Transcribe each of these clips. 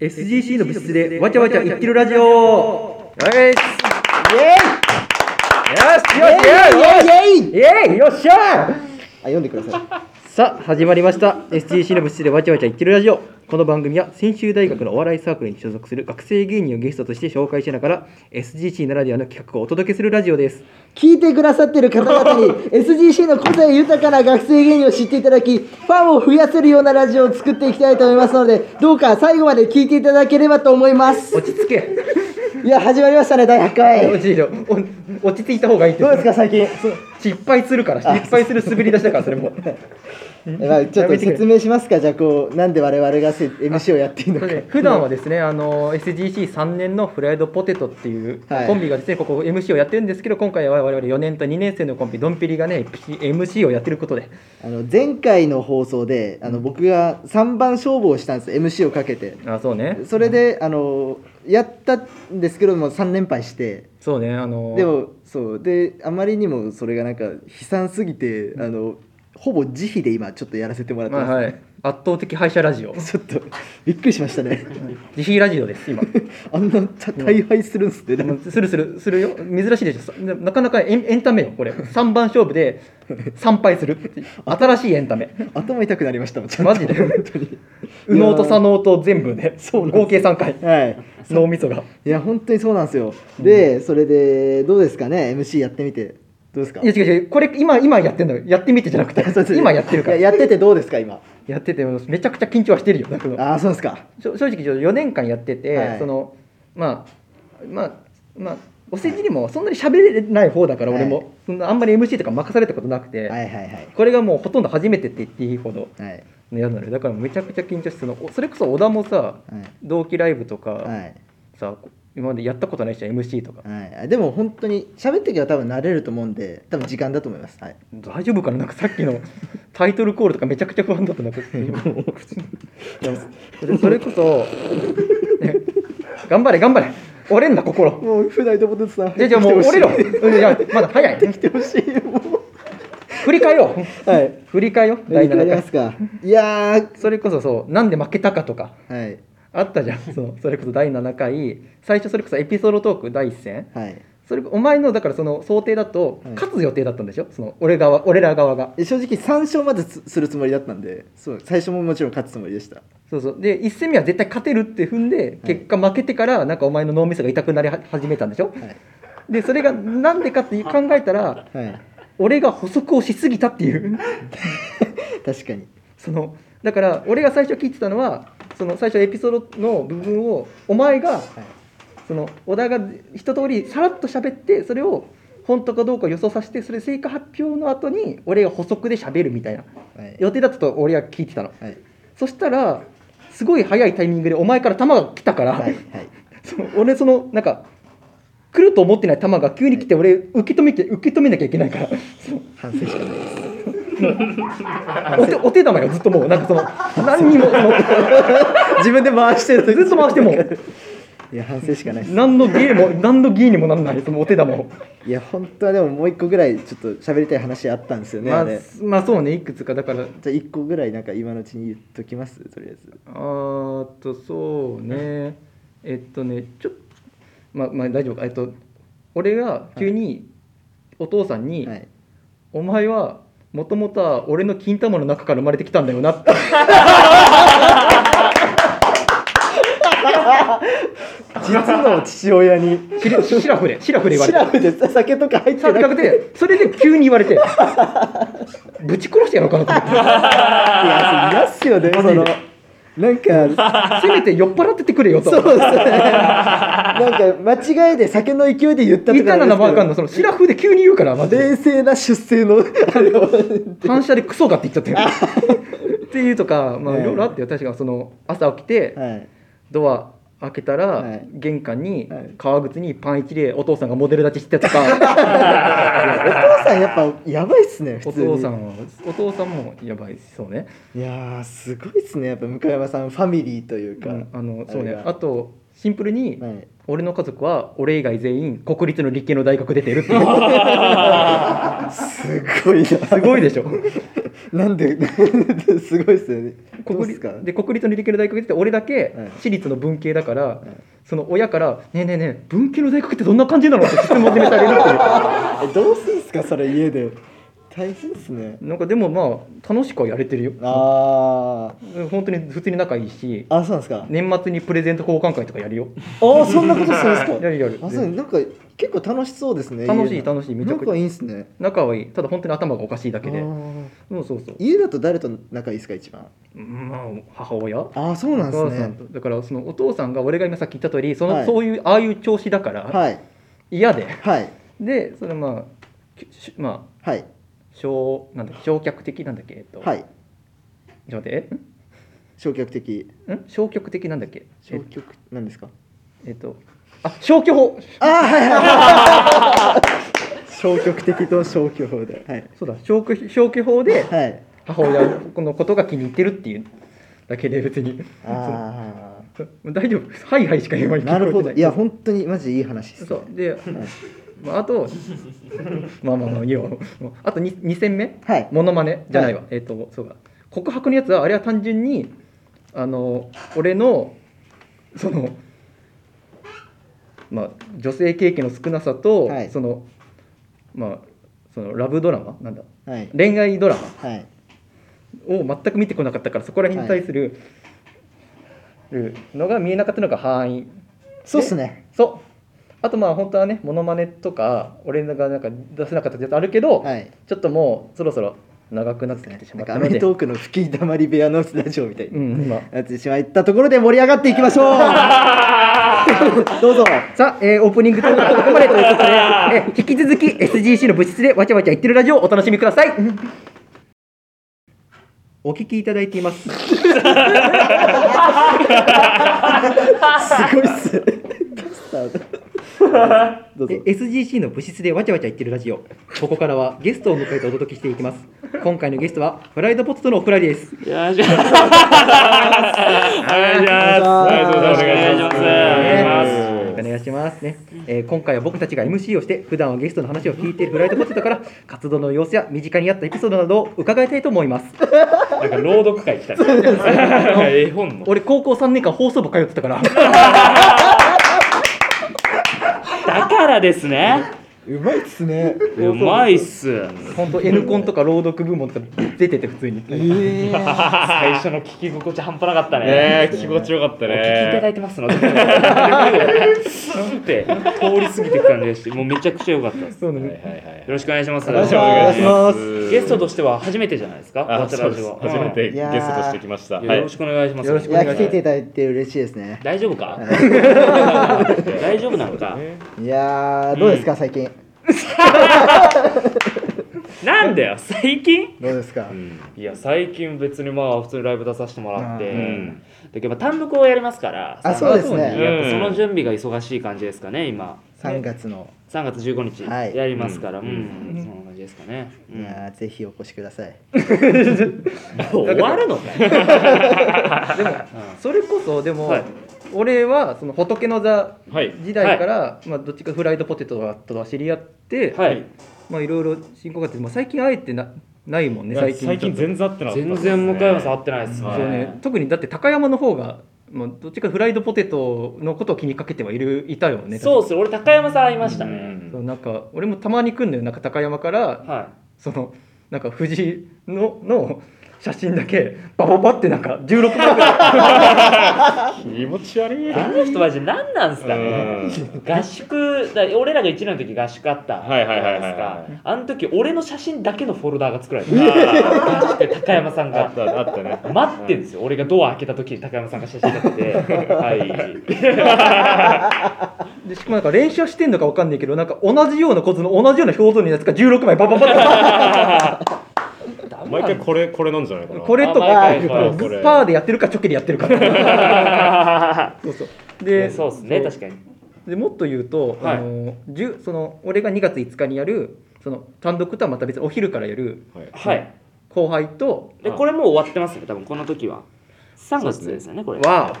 SGC の部室でわちゃわちゃ言ってるラジオはい。イエイイエイよっしゃあ、読んでください。さあ始まりました SGC の部室でわちゃわちゃ言ってるラジオこの番組は専修大学のお笑いサークルに所属する学生芸人をゲストとして紹介しながら SGC ならではの企画をお届けするラジオです聞いてくださってる方々に SGC の個性豊かな学生芸人を知っていただきファンを増やせるようなラジオを作っていきたいと思いますのでどうか最後まで聞いていただければと思います落ち着けいや始まりましたね第100落回ち着いてお落ち着いた方がいいってどうですか最近、失敗するから失敗する滑り出したからそれもまあ、ちょっと説明しますかじゃあこうなんで我々がせ MC をやっていいのか普段はですね、あの SGC3 年のフライドポテトっていうはいコンビがですね、ここ MC をやってるんですけど今回は我々4年と2年生のコンビドンピリがね P- MC をやってることであの前回の放送であの僕が3番勝負をしたんです MC をかけてあそうねそれであのやったんですけども3連敗してそうねあのでもそうであまりにもそれがなんか悲惨すぎて、あのほぼ自費で今ちょっとやらせてもらってまあます、はい、圧倒的敗者ラジオちょっとびっくりしましたね自費ラジオです今 あんなた大敗するんすね、もうするするするよ珍しいでしょさななかなかエンエンタメよこれ3番勝負で3敗するっていう新しいエンタメ頭痛くなりましたもんちょっとマ ジで右脳と左脳と全部ね合計3回はい脳みそが。いや本当にそうなんですよでそれでどうですかね MC やってみてどうですか いや違う違うこれ今今やってんのよやってみてじゃなくてそうです今やってるからいややっててどうですか今やっててめちゃくちゃ緊張はしてるよだけどああそうですかしょ正直4年間やってて、はいそのまあまあまあお世辞にもそんなに喋れない方だからはい俺も、そんなあんまり MC とか任されたことなくて、はいはいはいこれがもうほとんど初めてって言っていいほどはいはいのやつなのよだからめちゃくちゃ緊張してそのおそれこそ小田もさ同期ライブとか、はいさ今までやったことない人 MC とかはい、でも本当に喋ってきは多分慣れると思うんで多分時間だと思います、はい、大丈夫かななんかさっきのタイトルコールとかめちゃくちゃ不安だったなん かでもそれそれこそ、ね頑張れ頑張れ折れんな心もうフライドポテトさんじゃあじゃあもう折れろうんいやまだ早いてほしいも振り返ろうはいう振り返ろう第第7 7回で回すかいやーそれこそそうなんで負けたかとかはいあったじゃんそうそれこそ第7回最初それこそエピソードトーク第一戦はいそれお前のだからその想定だとはい勝つ予定だったんでしょその俺側俺ら側がえ正直3勝までつするつもりだったんでそう最初ももちろん勝つつもりでしたそうそうで1戦目は絶対勝てるって踏んで結果負けてからなんかお前の脳みそが痛くなりは始めたんでしょはいでそれがなんでかって考えたらはい俺が補足をしすぎたっていう確かにそのだから俺が最初聞いてたのはその最初エピソードの部分をお前がその小田が一通りさらっと喋ってそれを本当かどうか予想させてそれ成果発表の後に俺が補足で喋るみたいなはい予定だったと俺は聞いてたのはいそしたらすごい早いタイミングでお前から球が来たから、はいはい その俺そのなんか来ると思ってない球が急に来て俺受け止めき受け止めなきゃいけないからその反省しかないですお手お手玉よずっともうなんかその何にも その自分で回してるずっと回してもいや反省しかないです何の芸も何の芸にもなんないそのお手玉を、いや本当はでももう一個ぐらいちょっと喋りたい話あったんですよね、まああれすまあそうねいくつかだからじゃあ1個ぐらいなんか今のうちに言っときますとりあえずあーっとそうねえっとねちょっとまあまあ大丈夫かえっと俺が急にお父さんに、はいお前はもともとは俺の金玉の中から生まれてきたんだよなって実の父親にシラシラフでシラフで言わシれてラフで酒とか入って錯なく覚てでそれで急に言われてぶち殺してやろうかなと思っていや嫌っすよねそジでのなんかせめて酔っ払っててくれよと。そうですねなんか間違いで酒の勢いで言ったみとたかいななんのもあかんでの、すそのシラフで急に言うから、マジけどで。冷静な出世のあれを反射でクソがって言っちゃったよ。っていうとか、まあ、はいいろいろあってよ、確かその朝起きて、はいドア開けたらはい、玄関にはい革靴にパン一でお父さんがモデル立ちしてたとか。お父さんやっぱやばいっす ね普お通に父さんは、お父さんもやばい、そうね。いやーすごいっすねやっぱ向山さんファミリーというか、うんあの、そうね、あれがあと、シンプルに。はい俺の家族は俺以外全員国立の立 系の大学出てるっていうすごいなすごいでしょなんで すごいっすよねどうっ国すか立で国立の理系の大学行ってて俺だけはい私立の文系だから、その親から「ねえねえねえ文系の大学ってどんな感じなの?」って質問でめされるっていう えどうすんすかそれ家で大変っすねなんかでもまあ楽しくはやれてるよあ本当に普通に仲いいしーあそうなんですか年末にプレゼント交換会とかやるよああそんなことするんですか やるやるあそうなんか結構楽しそうですね楽しい家で楽しいめちゃくちゃ仲いいんすね仲はいいただ本当に頭がおかしいだけであもーうそうそう家だと誰と仲いいですか一番まあ母親ああそうなんお母ですさんねとだからそのお父さんが俺が今さっき言った通りその、はいそういうああいう調子だから、はい嫌ではいでそれまあきしまあはい消なんだっけ消極的なんだっけえっと、はいちょっと待って消極的えんん消極的なんだっけえ消極なんですかえっとあ消去法ああはいはいはい 消極的と消去法ではいそうだ消去消去法ではい母親のことが気に入ってるっていうだけで別にあそうそう大丈夫はいはいしか言わあないなるほどいいや本当にマジいい話ですねそうで、まあ、あとまあまあまあいいよあと 2, 二戦目はいモノマネじゃないわ、えっ、とそうだ告白のやつはあれは単純にあの俺のそのまあ女性経験の少なさと、はいそのまあそのラブドラマなんだはい恋愛ドラマはいを全く見てこなかったからそこら辺に対する、のが見えなかったのが範囲そうっすねそうあとまあ本当はねモノマネとか俺がなんか出せなかったやつあるけど、はいちょっともうそろそろ長くなってきてしなまんっかたアのメでトークの吹き溜まり部屋のスタジオみたいにうん今なってしまったところで盛り上がっていきましょう どうぞさあ、えーオープニングトークはここまでということで、えー引き続き SGC の部室でわちゃわちゃ言ってるラジオをお楽しみくださいお聞きいただいていますすごいっすどうぞえ SGC の部室でわちゃわちゃ言ってるラジオここからはゲストを迎えてお届けしていきます今回のゲストはフライドポテトのお二人ですよろしくお願いします。お願いします。お願いします。お願いします。おお願いしますね、えー今回は僕たちが MC をして普段はゲストの話を聞いているフライドポテトから活動の様子や身近にあったエピソードなどを伺いたいと思いますなんか朗読会行きたい。絵本の。俺高校3年間放送部通ってたからだからですね。うまいっすねうまいっす。本当 N コンとか朗読部門とか出てて普通に、ええ最初の聞き心地半端なかったね。ね気持ちよかったね。聞きいただいてますので。スーって通り過ぎていく感じがして、もうめちゃくちゃ良かったです。そうねはいはいはいよろしくお願いします。よろしくお願いしますゲストとしては初めてじゃないですか。あ、わちゃそうラでジす。オ初めていゲやーストとして来ました。よろしくお願いします。よろしくいお願やいしま来すていただいて嬉しいですね大丈 夫か大丈夫なのかいやーどうですか、最近 なんだよ最近どうですか、うんいや最近別にまあ普通にライブ出させてもらって、うんだけどまあ単独をやりますからあ3そうですね月にやっうぱんその準備が忙しい感じですかね今3月の、 3月15日はいやりますから、うん、うんそんな感じですかね、うんいやーぜひお越しください終わるのかよでもそれこそでも、はい俺はその仏の座はい。時代から、まあ、どっちかフライドポテトとは知り合って、はいまあ、いろいろ親交があって、まあ、最近会えてなないもんね最最近ちょ近っ全然合ってなかったです全ね。然向山さん会ってないですねとそ然うね特にだって高山の方が、まあ、どっちかフライドポテトのことを気にかけてはいるいたよねそううっす俺高山さん会いましたね、そうなんか俺もたまに来んのよなんか高山からはそのなんか藤井のの写真だけバババってなんか16枚ぐらい気持ち悪い。いあの人マジ何なんすかねう合宿だ俺らが1年の時合宿あったじはいゃはいはないいはいはいですかあの時俺の写真だけのフォルダーが作られてた合宿で高山さんあっがたあったね。待ってんですよ俺がドア開けた時に高山さんが写真撮 っててはいでしかもなんか練習はしてんのかわかんないけどなんか同じような構図の同じような表情のやつが16枚バババって毎回これこれなんじゃないかな。これとかあ毎回これグッパーでやってるかチョキでやってるかそうそうでねそうですね確かにでもっと言うと、はいあのじゅその俺が2月5日にやるその単独とはまた別にお昼からやるははい。い後輩とでこれもう終わってますね多分この時は3月ですよねこれわはい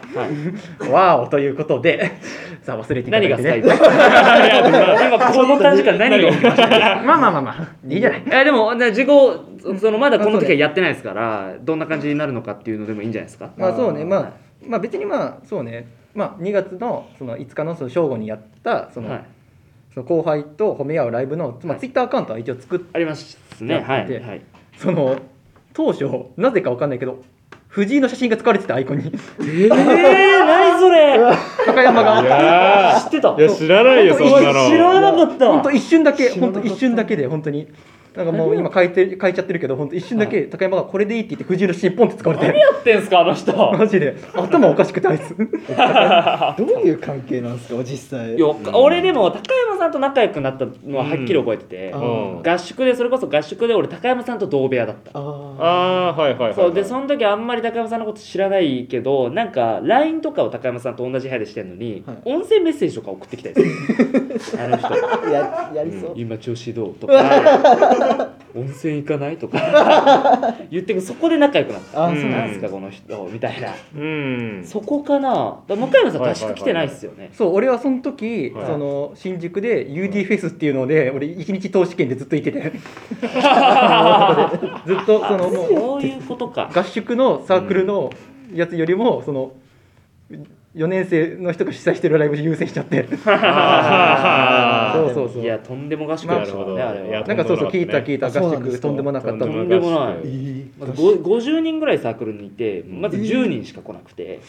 おわおということでさあ忘れていただい何がてスカイね プいや今この短時間何が起きましたまあまあまあまあいいじゃないいやでもね事後そのまだこの時はやってないですからどんな感じになるのかっていうのでもいいんじゃないですかまあそうねまはいあまあ別にまあそうねまあ2月のその5日のその正午にやったその,、はいその後輩と褒め合うライブの、まあ、ツイッターアカウントは一応作っありますねはやっいてはいその当初なぜかわかんないけど藤井の写真が使われてたアイコンにえー何それ高山いがや知ってたーいや知らないよそんなの知らなかった本当一瞬だけ本当一瞬だけで本当になんかもう今変えて変えちゃってるけど本当一瞬だけ高山がこれでいいって言って藤井の写真ポンって使われてやってんすかあの人マジで頭おかしくてあいつどういう関係なんですか実際いや俺でも高山さんと仲良くなったのははっきり覚えてて、うんうん合宿でそれこそ合宿で俺高山さんと同部屋だったああーはいはいはいそうでその時あんまり高山さんのこと知らないけどなんか LINE とかを高山さんと同じ部屋でしてるのに、はい音声メッセージとか送ってきたり するあの人あややりそう、今調子どうとか 温泉行かないとか言ってくそこで仲良くなったあうんそうなんなでんすかこの人みたいなうんそこかなだから向山さん合はいはいはい宿来てないっすよねそう俺はその時、はいその新宿で UD フェスっていうので俺一日投資券でずっと行って てずっとそのもうそういうことか合宿のサークルのやつよりもその4年生の人が主催してるライブ優先しちゃってあそーうそうそういやとんでも合宿だったもんねまああれいやはなんかそうそうと聞んいでもなたかっ聞たねいたあそう合なんです宿かとんでもなかったととんんででももなないいえーまずご50人ぐらいサークルにいてまず10人しか来なくて、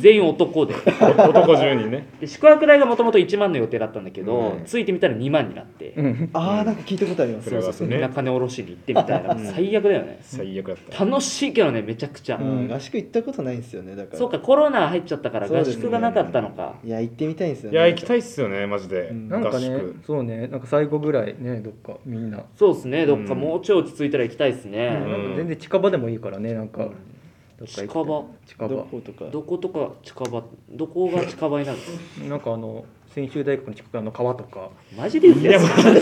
全員男で男10人ねで宿泊代がもともと1万の予定だったんだけど、うんついてみたら2万になって、うんあーなんか聞いたことありますそれはうそうみんなね金下ろしに行ってみたいな、うん最悪だよね最悪だった楽しいけどねめちゃくちゃ、ん合宿行ったことないんですよねだからそうかコロナ入っちゃったからそう合ですね宿がなかったのか、いや行ってみたいんですよいねや行きたいっすよねマジでうんなんかね合宿そうねなんか最後ぐらいねどっかみんな,、そうですねどっかうんもうちょい落ち着いたら行きたいですね、んなんか全然近場でもいいからねなんか、どっか行って近場近場どことかどことか近場どこが近場になるのなんかあの専修大学の近くのあの川とかマジで言ってんすかちょっ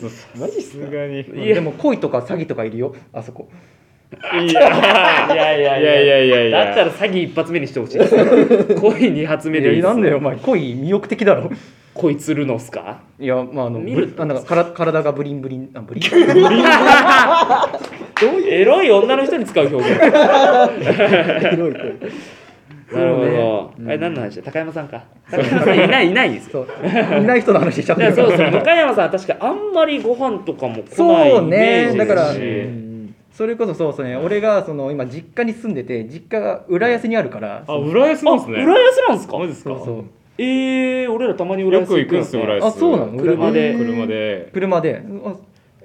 とさマジっすすかがにいでも恋とか詐欺とかいるよあそこやいやいやいやいやいやいやいやだったら詐欺一発目にしてほしいです恋二発目でいいえですなんだよお前恋魅力的だろ恋するのっすかいやまああの見るぶあなんかから体がブリンブリンあブリンエロい女の人に使う表現なる広い声ほど、あれ何の話だ高山さんか高山さんいないいないんですよそう いない人の話しちゃっいてやるそうですそね向山さんは確かあんまりご飯とかも来ないイメーそうねジですしだからう うんれこそそうですね俺がその今実家に住んでて実家が浦安にあるからあ浦安なんすねあ浦安なんですかマジっすかそうそうええ俺らたまに浦よ安く行くんすよ浦よね安あそうなの車で車で車で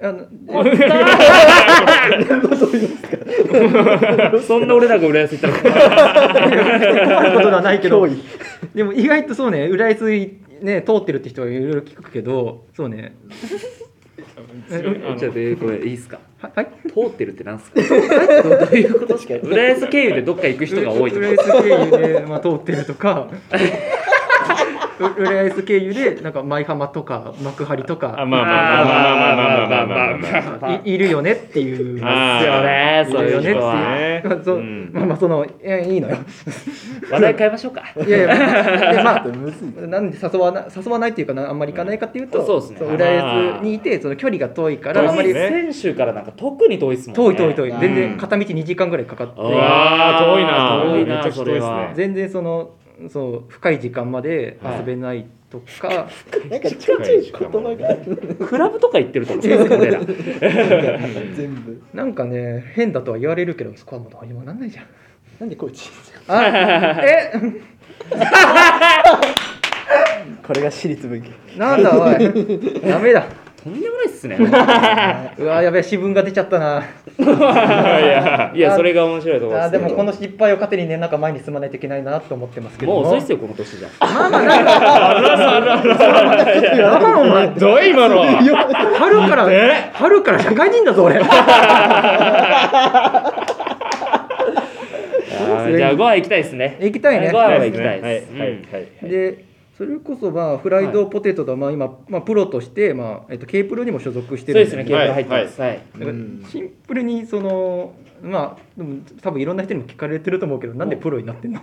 ああのそんな俺らが浦安行ったのか困ることではないけど脅威でも意外とそうね浦安いね通ってるって人がいろいろ聞くけどそうねあのちょっとえーこれいいっすかははい通ってるってなんすかどういうこと確かに浦安経由でどっか行く人が多いとうか浦安経由で、まあ、通ってるとか う浦安経由でなんか舞浜とか幕張とあかまあまあまあまあまあまあまあまあまあまあまあいいるよねっていう。ですよねいそうるいようねっていう人はねまあそううんまあまあそのいやいいのよ話題変えましょうかいやいやで まあちょっとむずいなんで誘わな誘わないっていうかなあんまり行かないかっていうと、うんそうですね浦安にいてその距離が遠いからあんま遠いりね先週からなんか特に遠いっすもんね遠い遠い遠いうん全然片道2時間ぐらいかかってううわー遠いな遠いなめちゃくちゃ遠いっすね全然そのそう深い時間まで遊べないとか、 なんかちょいちょい言葉があるクラブとか行ってると思うんですよ俺ら全部なんかね変だとは言われるけどそこはもうどうにもなんない じゃん。なんでこいつあえこれが私立文系なんだおい ダメだとんでもないっすねうわやべえ私文が出ちゃったないやそれが面白いところあすでけどもこの失敗を糧にねなんか前に進まないといけないなと思ってますけどもう遅いっす よよこの年じゃやだろお前どう今のは春から春から社会人だぞ俺あーじゃあご飯行きたいですね行きたいねご飯はで行すきねたいはいですはいはいでそれこそまあフライドポテトとはまあ今、まあ、プロとして、まあえっと、K プロにも所属しそてうるんですですねねケーブル入ってますはいだからシンプルにそのまあでも多分いろんな人にも聞かれてると思うけどなんでプロになってんの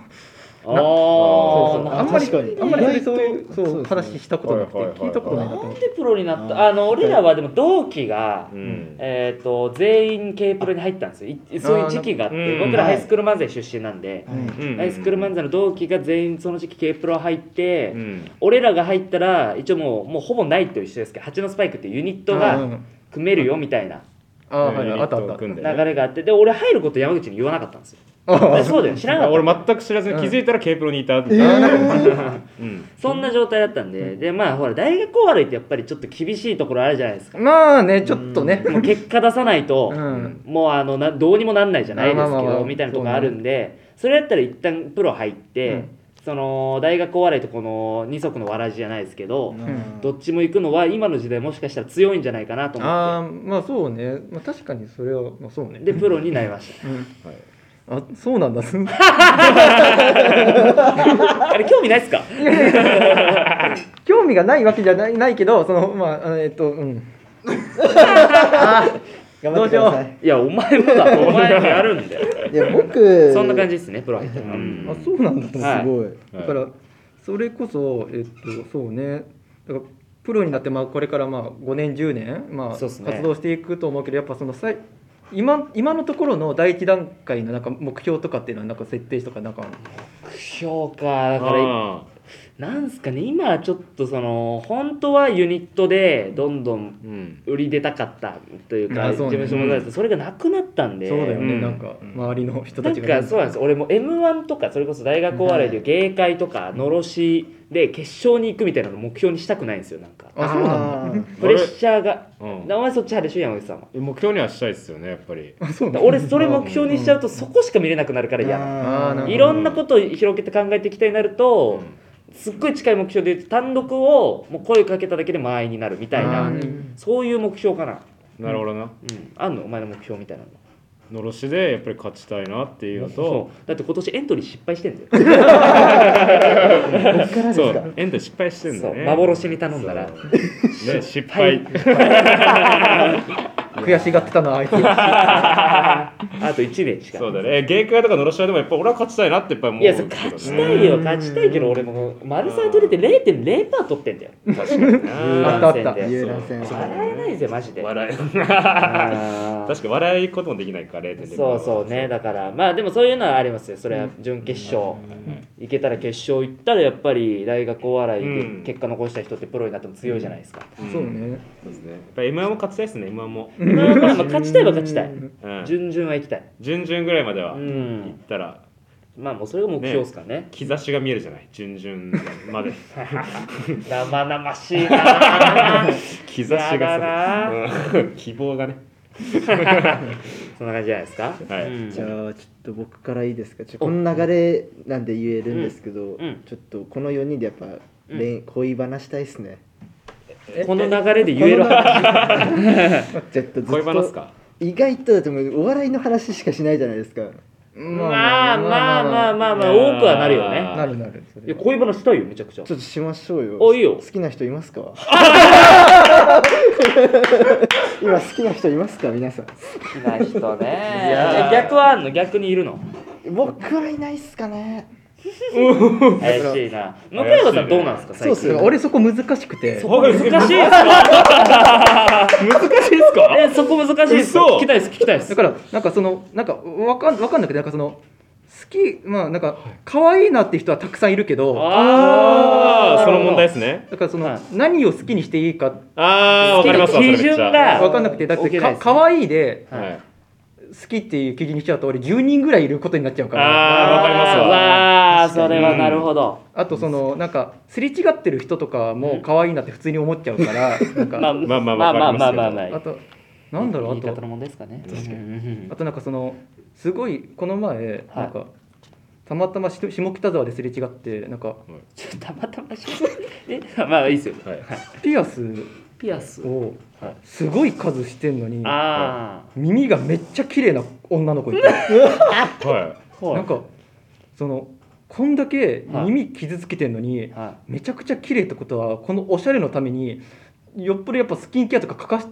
あーそうそうなあんまり確かにあんまり意外とそういうそうそうですね話したことなくてはいはいはいはい聞いたことないなとな思んってでプロになったあの俺らはでも同期が、うんえー、と全員 K プロに入ったんですよいそういう時期があっあてーうん僕らハイスクール漫才出身なんで、はいうんハイスクール漫才の同期が全員その時期 K プロ入って、うん俺らが入ったら一応もうもうほぼないと一緒ですけど八のスパイクっていうユニットうんうがん組めるよみたいなああはいユニあッったトあをった組ん流でねれがあってで俺入ること山口に言わなかったん ですよあえそうだよ知らなかった俺全く知らずに気づいたら K プロにいたってえいうーうんそんな状態だったんで、でまあほら大学お笑いってやっぱりちょっと厳しいところあるじゃないですかまあねちょっとねもう結果出さないと、うんもうあのなどうにもなんないじゃないですけど、あまあまあまあみたいなとこあるんでそ,、れだったら一旦プロ入って、うんその大学お笑いとこの二足のわらじじゃないですけど、んどっちも行くのは今の時代もしかしたら強いんじゃないかなとあ思 あまあそうねまあ確かにそれはまあそうっねてでプロになりましたはあいそうなんだあれ興味ないっすか 興味がないわけじゃないないけどそのまああのえっとうんあ頑張ってくださいいやお前もだお前にやるんだ よいや僕そんな感じですねプロ入ったら、うーんあそうなんだと思ってはいすごいだからそれこそえっとそうねだからプロになってまあこれからまあ5年10年まあそうっ活すね動していくと思うけどやっぱその最今今のところの第一段階のなんか目標とかっていうのはなんか設定とかなんか評価だだかかららなんすかね今ちょっとその本当はユニットでどんどんうん売り出たかったというあか、そう事ね務所も出たそれがなくなったんでそうだよね、うんなんか周りの人なたんちがかそうなんです俺も m 1とかそれこそ大学お笑いでいう芸会とかのろしで決勝に行くみたいなの目標にしたくないんですよなんかあそうなんだんプレッシャーがうんお前そっち派でしょ山口さんは目標にはしたいですよねやっぱりあそうなんだ俺それ目標にしちゃうとそこしか見れなくなるから嫌なのあーなるほどいろんなことを広げて考えていきたいになると、すっごい近い目標で言うと単独をもう声かけただけで満員になるみたいあなーそういう目標かな、なるほどなうん、あんのお前の目標みたいなののろしでやっぱり勝ちたいなっていうのそとうだって今年エントリー失敗してんだよこっからですそかうエンド失敗してんだそうね幻に頼んだらそう ね失敗悔しがってたなあいつあと1年しかそうだねえ芸会とかのろしはでもやっぱ俺は勝ちたいなってやっぱ思ういやそう勝ちたいよ勝ちたいけど俺も丸さん取れて0.0パー取ってんだよ確かになあったあった遊覧船遊覧船でそう笑えないぜマジで笑えあー確かに笑いこともできないから0.0そうそうねだからまあでもそういうのはありますよそれは準決勝行けたら決勝行ったらやっぱり大学お笑いうんで結果残した人ってプロになっても強いじゃないですか、んそうねそうですねやっぱ M1 も勝ちたいですね M1 もまあまあまあ勝ちたいは勝ちたいうん順々は行きたい準々ぐらいまではう行んったらまあもうそれが目標ですからね兆しが見えるじゃない準々まで生々しいな兆しがやだなさうん希望がねそんな感じじゃないですかはいうんじゃあちょっと僕からいいですかちょこの流れなんで言えるんですけど、んちょっとこの4人でやっぱ、恋恋話したいっすねこの流れで言えるちょっ とずっと恋話すか意外とだってもうお笑いの話しかしないじゃないですかまあまあまあまあまあいやー多くはなるよねなるなるそいれやは恋バナしたいよめちゃくちゃちょっとしましょうよおいいよ好きな人いますか 今好きな人いますか皆さん好きな人ねいやー逆はあんの逆にいるの僕はいないっすかね怪しいな向山さんどうなんですかそうっ最す近よ俺そこ難しくて難しいですか難しいですかえそこ難しいです嘘聞きたいです聞きたいですだからなんかそのなんかわかんわかんなくてなんかその好きまあなんか可愛いなって人はたくさんいるけどあーあその問題ですねだからその、はい何を好きにしていいかああわかりますわそれめっちゃ基準がわかんなくてだって置けないかですね可愛いではいあ好きっていう基準にしちゃうと俺10人ぐらいいることになっちゃうからああわかりますわわあそれはなるほどとそのなんかすれ違ってる人とかも可愛いなって普通に思っちゃうから、なんか、 まあまあまあまあまあわかりまますあまあよまああとなんだろうあ言い方との問題ですかね確かにあとなんかそのすごいこの前なんか、たまたまし下北沢ですれ違ってなんかちょっとたまたましえ まあいいですよはいピアスピアスをはいすごい数してんのにあ耳がめっちゃ綺麗な女の子 いてはあなんかそのこんだけ耳傷つけてんのに、はめちゃくちゃ綺麗ってことはこのおしゃれのためによっぽどやっぱスキンケアとか欠かし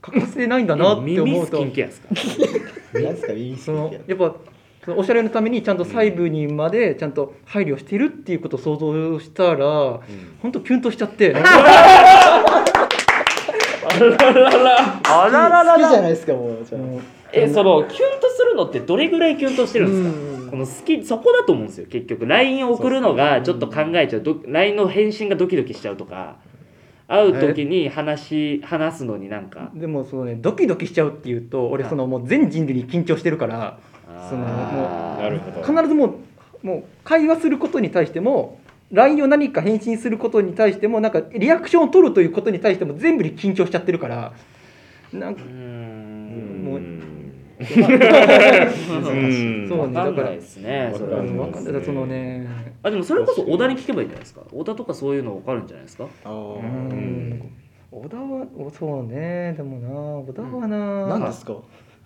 欠かせないんだいなって思耳うスキとンケアですかなんすか耳そすのやっぱそのおしゃれのためにちゃんと細部にまでちゃんと配慮してるっていうことを想像したら、ほんとキュンとしちゃ ってあららら好きじゃらないですかもうじゃあえそのキュンとするのってどれぐらいキュンとしてるんですかこの好きそこだと思うんですよ結局 LINE を送るのがちょっと考えちゃうど LINE の返信がドキドキしちゃうとか会う時に話し話すのになんかでもそのねドキドキしちゃうっていうと俺はいそのもう全人類に緊張してるからそのあーなるほど必ずもうもう会話することに対しても LINE を何か返信することに対してもなんかリアクションを取るということに対しても全部に緊張しちゃってるからなんかうーんもううんそうわねかだんかないらですねそれうはんわかんないだからそのねあでもそれこそ小田に聞けばいいんじゃないですか小田とかそういうの分かるんじゃないですかあうーん小田はおそうねでもな小田はな、何ですか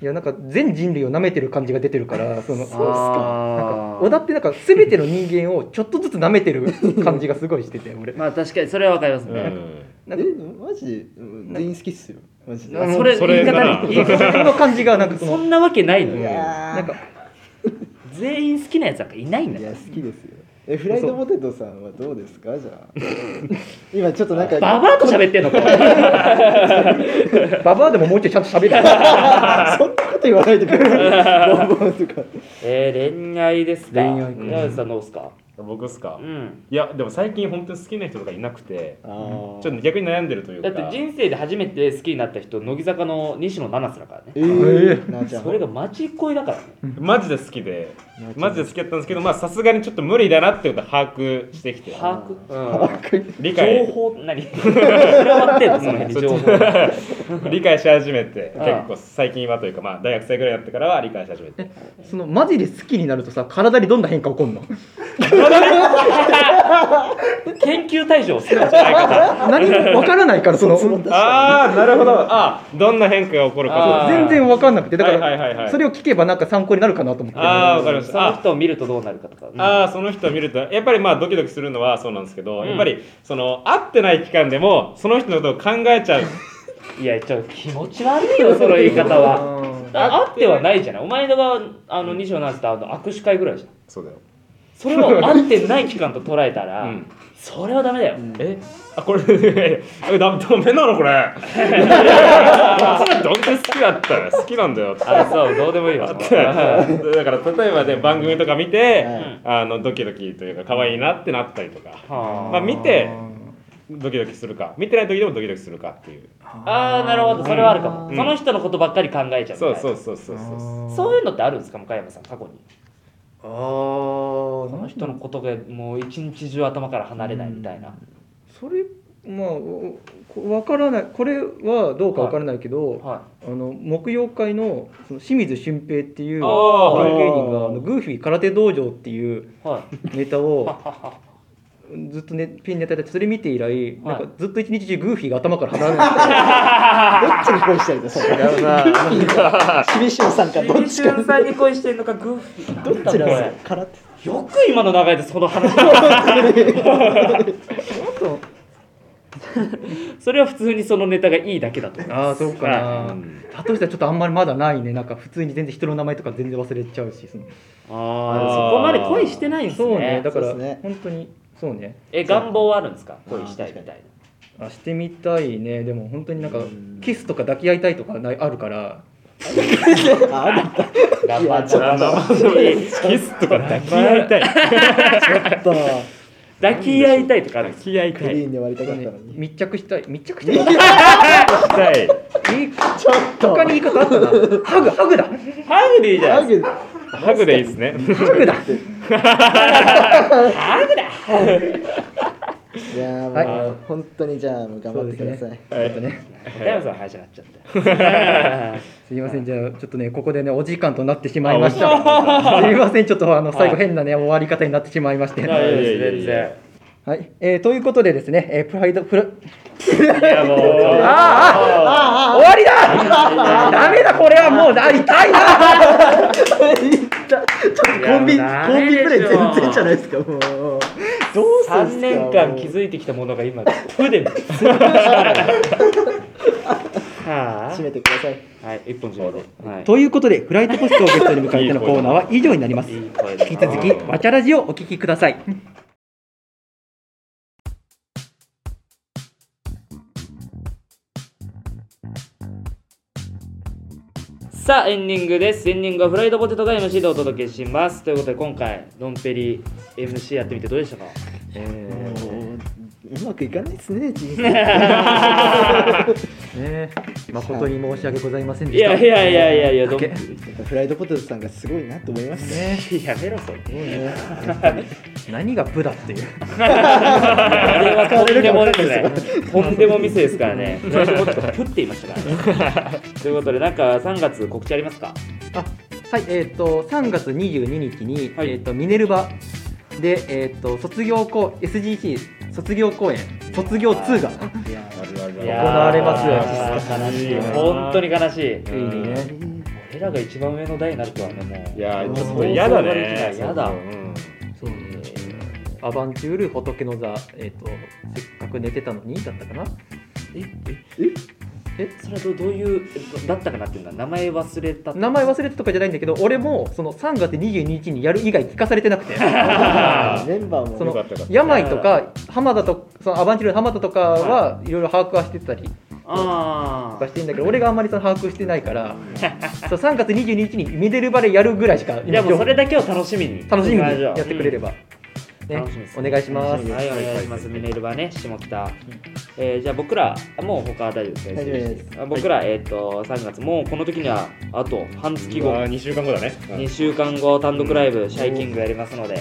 いやなんか全人類を舐めてる感じが出てるからそのあー小田ってなんか全ての人間をちょっとずつ舐めてる感じがすごいしてて俺まあ確かにそれは分かりますね、えなんかマジでうん全員好きっすよマジであそれそれ言いが方なに言い方その感じがなんかそそのんなわけないのいよやーなんか全員好きなやつなんかいないんだいかやら好きですよえフライドポテトさんはどうですかじゃあ 今ちょっとなんかババアと喋ってんのかババアでももうちょいちゃんと喋る そんなこと言わないでくださいボンボンとか えー、恋愛ですか恋愛か宮内さんどうですか僕っすかうんいやでも最近本当に好きな人とかいなくてあーちょっと逆に悩んでるというだかって人生で初めて好きになった人乃木坂の西野七瀬だからねえー、なあちゃんそれが街恋だからねマジで好きでマジで好きだったんですけどまあさすがにちょっと無理だなってことは把握してきて把握、う理ん、情解報 何広まってんのその辺に情報理解し始めてああ結構最近はというかまあ大学生ぐらいになってからは理解し始めてそのマジで好きになるとさ体にどんな変化起こ るの研究対象好きなんじゃないかな何もわからないからそのああなるほどああどんな変化が起こるあかー全然わかんなくてだから、はいはいはいはいそれを聞けばなんか参考になるかなと思ってあーわかりましたその人を見るとどうなるかとか、うんああその人を見るとやっぱりまあドキドキするのはそうなんですけど、うんやっぱりその会ってない期間でもその人のことを考えちゃういやちょっと気持ち悪いよその言い方はうんあってはないじゃないお前のがあの西野七瀬とあの握手会ぐらいじゃんそうだよ、それを会ってない期間と捉えたら、うんそれはダメだよ、えあこれえダダメなのこ れそれどんだけ好きだったら好きなんだよってあそうどうでもいいよだから例えばね番組とか見て、はいあのドキドキというか可愛いなってなったりとか、はあまあ見てドキドキするか見てない時でもドキドキするかっていうああなるほどそれはあるかも、うんその人のことばっかり考えちゃうみたいなそうそうそうそうそうそういうのってあるんですか向山さん過去にあーこの人のことがもう一日中頭から離れないみたいな、それまあおこわからないこれはどうかわからないけど、はあの木曜会のその清水俊平っていうあーお笑い芸人がはいあのグーフィー空手道場っていういはいネタをずっと、ね、ピンネタでそれ見て以来なんかずっと一日中グーフィーが頭から 離れないどっちに恋したいですかしびしゅんさんかどっちかんさんに恋してるのかグーフィーどっちなんですか空手よく今の流れでその話それは普通にそのネタがいいだけだと思うああそうかな、うんだとしたらちょっとあんまりまだないねなんか普通に全然人の名前とか全然忘れちゃうしそのあーそこまで恋してないんですねそうねだからそうですね本当にそうねえ願望はあるんですか恋したいみたいあしてみたいねでも本当になんかうんキスとか抱き合いたいとかないあるからああるんだな頑張っちゃったキスとか抱き合いたいと抱き合いたいとかあるんですか気合いクリーンで割りたかったのに密着したい密着したいたいいいちょっと他に言い方あったな ハグハグだハグでいいじゃないハでグハグでいいですねハグだすかハグだいやーもう、はい本当にじゃあもう頑張ってください、えっとね高山さんの話になっちゃったすいませんじゃあちょっとねここでねお時間となってしまいま したすいませんちょっとあの最後変なね終わり方になってしまいましていやいやいやいやいやいやいや全然はいえーということでですねえープライドプラ いやもうああ終わりだダメだこれはもうな痛いなちょっとコンビいコやンビプレイダメでしょ全然じゃないですかもうどうするん3ですか年間気づいてきたものが今プでは締めてください。あはい一本締めてはいということで、フライトポストをゲストに迎えてのコーナーは以上になります。いい引声だなき続き、わちゃラジをお聞きください。さあエンディングですエンディングはフライドポテトが MC でお届けしますということで今回ドンペリ MC やってみてどうでしたかえうまくいかないですね、人生。ねえ、誠に申し訳ございませんいやいやいやいやいやドンだペけリフライドポテトさんがすごいなと思い ますね。ねやめろそれもうね何が部だっていう。あれはとんでもですね。とんでもミスですからね。フライドポテトがプって言いましたからね。ということで、なんか3月告知ありますかあはい、えっ、と3月22日に、はいえっ、とミネルヴァでえっ、と卒業公 SGC 卒業公演卒業2がいやー行われますよ悲しい。本当に悲しい。ついにね。俺らが一番上の台になるとはね、もう。いやーちょっとこれ嫌だね嫌だうんそうアバンチュール仏の座えっ、とせっかく寝てたのにだったかな。え、え、え、それはどどういう、えっとだったかなっていうのは、名前忘れた。名前忘れたとかじゃないんだけど、俺もその3月22日にやる以外聞かされてなくて。メンバーもそよのかったよかった病とか浜田とそのアバンチュールの浜田とかはいろいろ把握はしてたりとあかあし。てんだけど俺があんまりその把握してないからそう3月22日にミデルバレやるぐらいしかいや、もうそれだだけを楽しみに。楽しみにやってくれれば、ね楽しみですお願いします楽しみではい、お願いします。ミネルヴァね、下北。えー、じゃあ僕ら、あもう他は大丈夫ですか大丈夫ですあ僕ら、えっ、と、3月、もうこの時には、あと半月う後、わー二週間後だねうん2週間後、単独ライブ、シャイキングやりますので、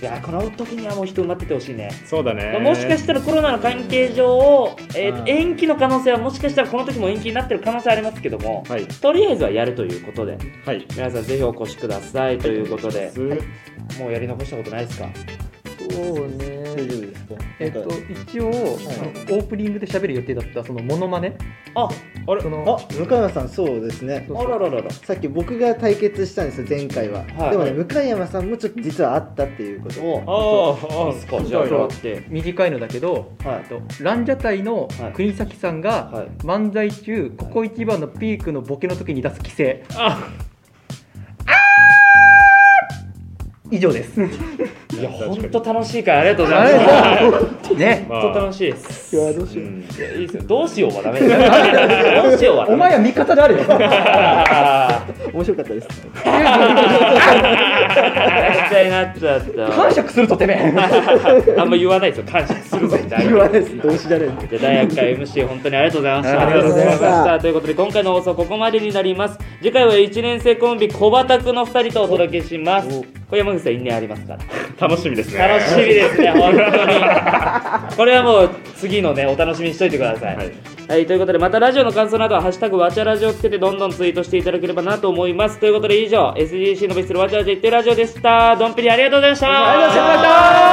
いやー、この時にはもう人埋まっててほしいね。そうだまねあもしかしたらコロナの関係上、えーうん延期の可能性はもしかしたらこの時も延期になってる可能性ありますけども、はいとりあえずはやるということではい皆さんぜひお越しくださいということで、すもうやり残したことないですかそうね大丈夫ですかえっと一応、そのオープニングで喋る予定だったそのモノマネああれそのあ向山さんそうですねそうあららららさっき僕が対決したんですよ前回は、はいでもね向山さんもちょっと実はあったっていうことをあーあいいっすかじゃあそうだやよって短いのだけどはいえっとランジャタイのはい国崎さんが、はい漫才中ここ一番のピークのボケの時に出す規制あ以上ですいや本当楽しいからありがとうごあざれいます ねま本当あ楽しいですいやどうしうよう、んいやいいですよどうしようはダメです どうしようはダおメ前は味方であるよ 面白かったですめっちゃになっちゃった感触するとてめえあんま言わないですよ感謝するぞみたいな言わ ないです同志じゃないんでじゃあ大学会 MC 本当にありがとうございました。。ありがとうございましたということで今回の放送ここまでになります。次回は1年生コンビ小畑くんの2人とお届けします。これ山口さん因縁ありますから。楽しみですね楽しみですね、本当 に。これはもう次のね、お楽しみにしといてください。ははいい、ということでまたラジオの感想などは「ハッシュタグわちゃラジオ」をつけてどんどんツイートしていただければなと思います。ということで以上、SGC のベストルわちゃわちゃ言ってるラジオでした。どんぴりありがとうございました。ありがとうございました。